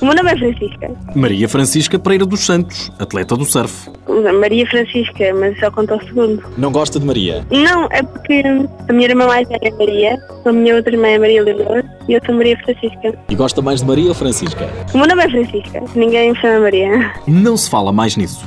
O meu nome é Francisca. Maria Francisca Pereira dos Santos, atleta do surf. é Maria Francisca, mas só conta o segundo. Não gosta de Maria? Não, é porque a minha irmã mais velha é Maria, a minha outra irmã é Maria Leonor e eu sou Maria Francisca. E gosta mais de Maria ou Francisca? O meu nome é Francisca, ninguém me chama Maria. Não se fala mais nisso.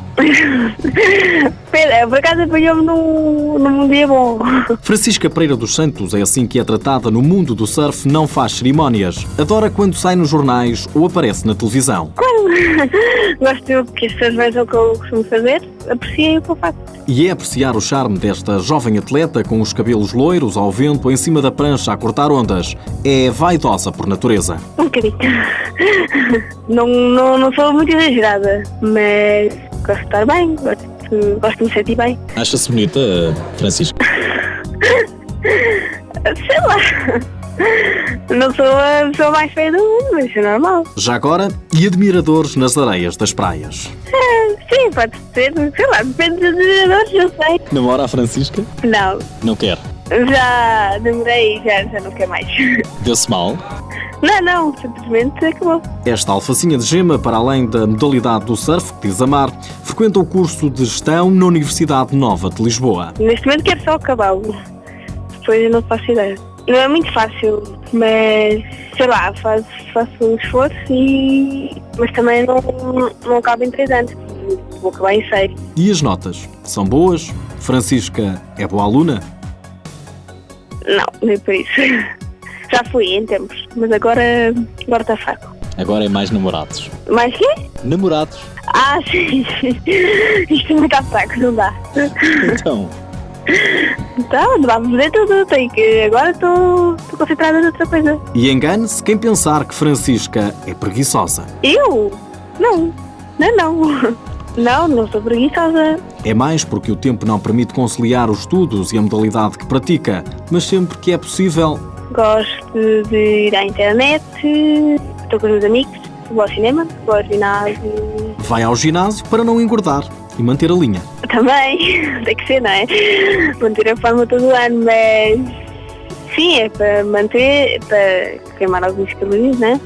Pera, é, por acaso apanhou-me num, num dia bom. Francisca Pereira dos Santos é assim que é tratada no mundo do surf, não faz cerimónias. Adora quando sai nos jornais ou aparece na televisão. Gosto do que as pessoas vejam o que eu costumo fazer, apreciem o que eu faço. E é apreciar o charme desta jovem atleta com os cabelos loiros ao vento em cima da prancha a cortar ondas. É vaidosa por natureza. Um bocadinho. Não, não, não sou muito exagerada, mas gosto de estar bem, gosto, gosto de me sentir bem. Acha-se bonita, Francisca? Sei lá. Não sou a pessoa mais feia do mundo, mas é normal. Já agora, e admiradores nas areias das praias. É, sim, pode ser, sei lá, depende dos admiradores, eu sei. Namora a Francisca? Não, Não quer. já demorei e já, já não quero mais. Deu-se mal. Não, não, simplesmente acabou. Esta alfacinha de gema, para além da modalidade do surf que diz amar, frequenta o curso de gestão na Universidade Nova de Lisboa. Neste momento quero só acabá-lo. Depois eu não faço ideia. Não é muito fácil, mas sei lá, faço, faço um esforço e. Mas também não, não acabo em três anos. Vou acabar em seis. E as notas? São boas? Francisca é boa aluna? Não, nem por isso. Já fui em tempos, mas agora agora está fraco. Agora é mais namorados. Mais quê? Namorados? Ah, sim, sim. Isto não está fraco, não dá. Então. Então, não dá para fazer tudo, tenho que. Agora estou estou concentrada noutra coisa. E engane-se quem pensar que Francisca é preguiçosa. Eu? Não, não, não. Não, não sou preguiçosa. É mais porque o tempo não permite conciliar os estudos e a modalidade que pratica, mas sempre que é possível, Gosto de ir à internet, estou com os meus amigos, vou ao cinema, vou ao ginásio vai ao ginásio para não engordar e manter a linha. também, tem que ser, não é? Manter a forma todo o ano, mas sim, é para manter, para queimar alguns calorias, né?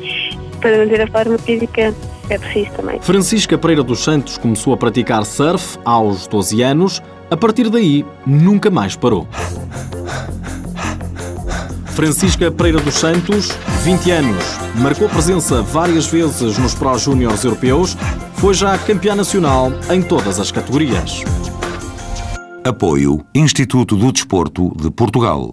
Para manter a forma física é preciso também. Francisca Pereira dos Santos começou a praticar surf aos 12 anos. A partir daí, nunca mais parou. Francisca Pereira dos Santos, 20 anos, marcou presença várias vezes nos Pro Júniores Europeus, foi já campeã nacional em todas as categorias. Apoio Instituto do Desporto de Portugal.